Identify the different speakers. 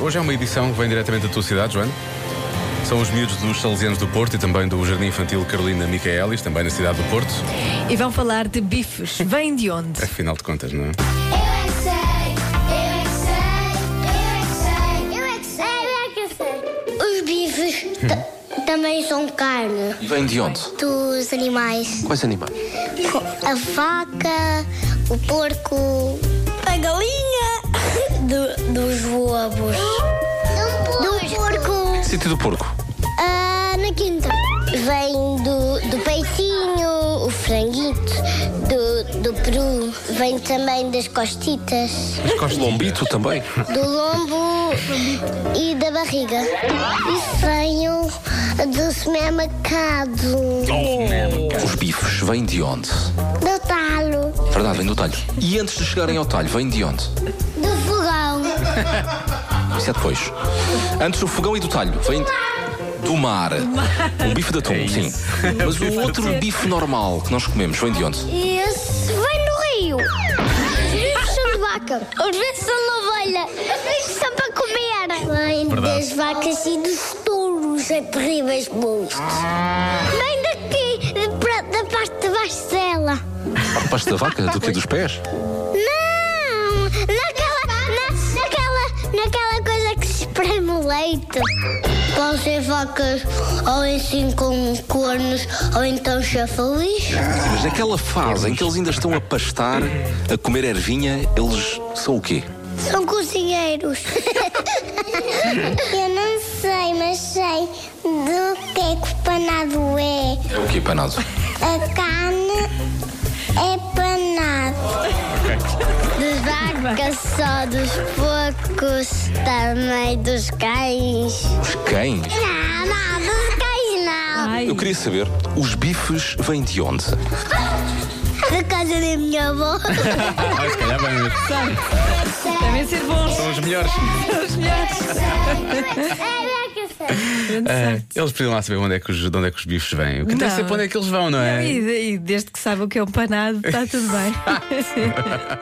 Speaker 1: Hoje é uma edição que vem diretamente da tua cidade, Joana. São os miúdos dos Salesianos do Porto e também do Jardim Infantil Carolina Micaelis, também na cidade do Porto.
Speaker 2: E vão falar de bifes. Vem de onde?
Speaker 1: Afinal de contas, não é?
Speaker 3: Eu é que sei, eu é que sei, eu é que sei, eu é que sei, eu é que sei. Os bifes também são carne
Speaker 4: E vem de onde?
Speaker 3: dos animais.
Speaker 4: Quais animais?
Speaker 3: A vaca, o porco, a galinha dos voabos. Do porco.
Speaker 4: Sítio do porco.
Speaker 3: Ah, na quinta. Vem do, do peitinho, o franguito, do, do peru. Vem também das costitas.
Speaker 4: Mas lombito também.
Speaker 3: do lombo e da barriga. E venho do semeamacado,
Speaker 4: Os bifes vêm de onde?
Speaker 3: do talo,
Speaker 4: Verdade, vem do talho. E antes de chegarem ao talho, vêm de onde?
Speaker 3: do fogão,
Speaker 4: Isso é depois. Antes do fogão e do talho, vem do mar. É O bife de atum, sim. Mas o outro bife normal que nós comemos vem de onde?
Speaker 3: e esse vem no rio. Os bifes são de vaca, os bifes são de ovelha, os bifes são para comer. Vem das vacas e dos touros, é terríveis monstros. Vem daqui, de pra- da parte de baixo dela.
Speaker 4: A parte da vaca, do que dos pés?
Speaker 3: Não! Naquela, na, naquela, naquela coisa que se espreme o leite. Podem ser vacas, ou assim com cornos, ou então chafaliz.
Speaker 4: Mas naquela fase em que eles ainda estão a pastar, a comer ervinha, eles são o quê?
Speaker 3: São cozinheiros. Eu não sei, mas sei do que é que o panado é.
Speaker 4: É o quê, panado?
Speaker 3: A carne é panado. Dos vacas só, dos porcos, também dos cães.
Speaker 4: Os cães.
Speaker 3: Não, não, dos cães não.
Speaker 2: Ai,
Speaker 4: Eu queria saber, os bifes vêm de onde?
Speaker 3: Da casa da minha avó.
Speaker 1: Ah, se calhar bem.
Speaker 2: devem ser bons.
Speaker 1: São os melhores.
Speaker 2: Os melhores.
Speaker 1: Ah, eles precisam lá saber onde é que os, de onde é que os bifes vêm. O que interessa é
Speaker 2: Não.
Speaker 1: para onde é que eles vão, não é?
Speaker 2: E, e desde que saibam que é um panado, está tudo bem.